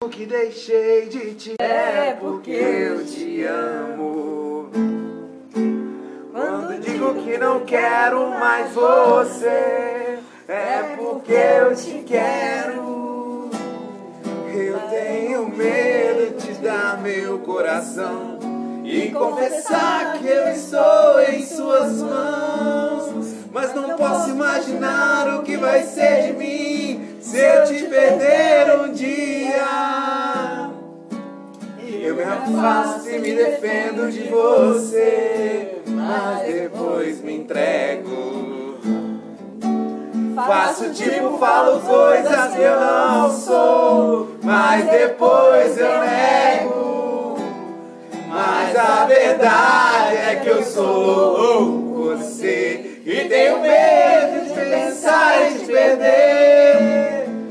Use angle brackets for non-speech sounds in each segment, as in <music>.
tempo que deixei de te É porque eu te amo. Quando Quando digo que não quero mais você, é porque eu te quero. Eu tenho medo de te dar meu coração e confessar que eu estou em suas mãos. Mas não posso imaginar o que vai ser de mim se eu te perder um dia. Eu me afasto e me defendo de você, mas depois me entrego. Faço tipo, falo coisas que eu não sou, mas depois eu nego. Mas a verdade é que eu sou você e tenho medo de pensar em te perder.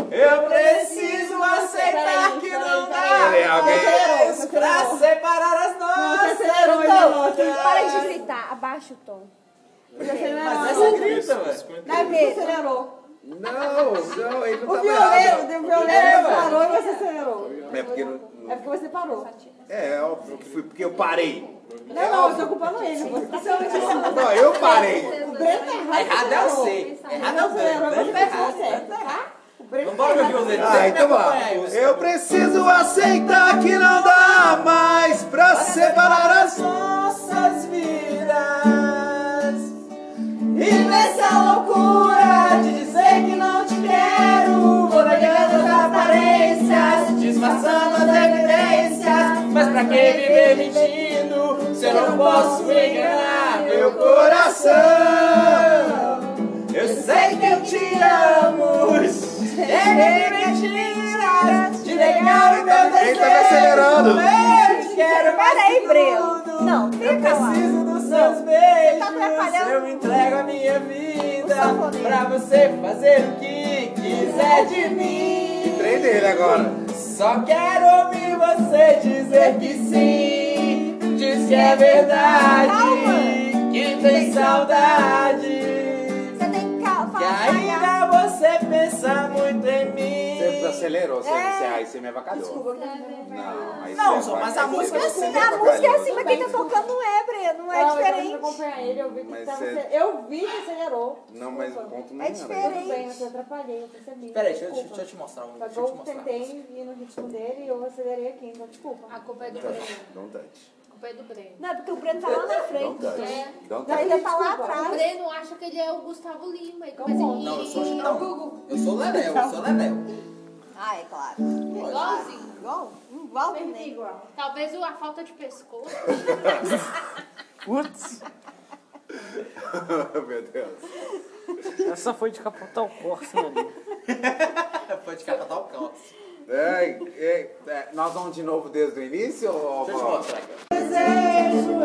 Eu preciso aceitar que não dá Peraí, alguém- mais pra separar as nossas Tom, para de emoções. gritar, abaixa o tom. Tá Mas Acelerou. você grita, velho. Na mesa. Acelerou. Não, não, ele não O tá violeiro, errado. o É, violeiro velho. parou e você acelerou. É porque não- É porque você parou. É, é óbvio que fui porque eu parei. Não, não, eu tô culpando ele. Você tá acelerando. Não, eu parei. O Breno tá errado. Errado é você. Errado é o Acelerou, Breno. você Breno tá tá errado, errado. certo, tá errado. O Breno Vambora, tá meu errado. violeiro. Ah, então vamos. Eu preciso aceitar que não dá mais pra separar as nossas vidas. E nessa loucura de dizer que não te quero, vou negando as aparências, disfarçando as evidências. Mas pra que viver mentindo se eu não posso enganar Meu meu corpo? coração, eu sei que eu te amo. É mentiras de negar o meu desejo. Ele tá acelerando. Eu te quero mais Para aí, que Breno. tudo. Não, Eu fica lá. preciso dos seus beijos. tá atrapalhando. Eu entrego a minha vida O sanfoneiro. pra você fazer o que quiser de mim. Trem dele agora. Só quero ouvir você dizer que sim. Diz que é verdade. Calma. Que tem saudade. Você tem que calma. Que ainda você pensa muito em mim. Você acelerou, você, É. você- aí você me avacalhou. Desculpa, eu tô- Não, aí Não, você só, mas vai- a música é você assim, me A música é avacalhou. assim, mas quem tá tocando não é, Breno. Não Não, é eu tava tentando diferente. acompanhar ele, eu vi que Mas tava você- ace- Eu vi que acelerou. Não, mas o Desculpa. ponto não É era esse. diferente. Tudo bem, eu te atrapalhei, eu percebi. Peraí, deixa, eu- desculpa. deixa eu te mostrar um. Deixa eu te Pagou, mostrar. tentei ir no ritmo dele e eu acelerei aqui, então desculpa. A culpa é do Breno. Don't touch. A culpa é do Breno. Não, é porque o Breno tá lá na Don't frente. touch. Don't Não, touch. <laughs> ele tá lá Desculpa. O atrás. Breno acha que ele é o Gustavo Lima. E começa Não, a um Não, eu sou rir. Chitão. Eu sou Level, eu sou Level. Ah, é claro. Igualzinho. Igual? Igual Sempre nem. igual. Talvez o- a falta de pescoço. Putz, Meu Deus. essa foi de capotar o Corsa ali. Foi de capa tal cão. É, é, é, nós vamos de novo desde o início? Ou... Deixa eu te mostrar aqui. ó.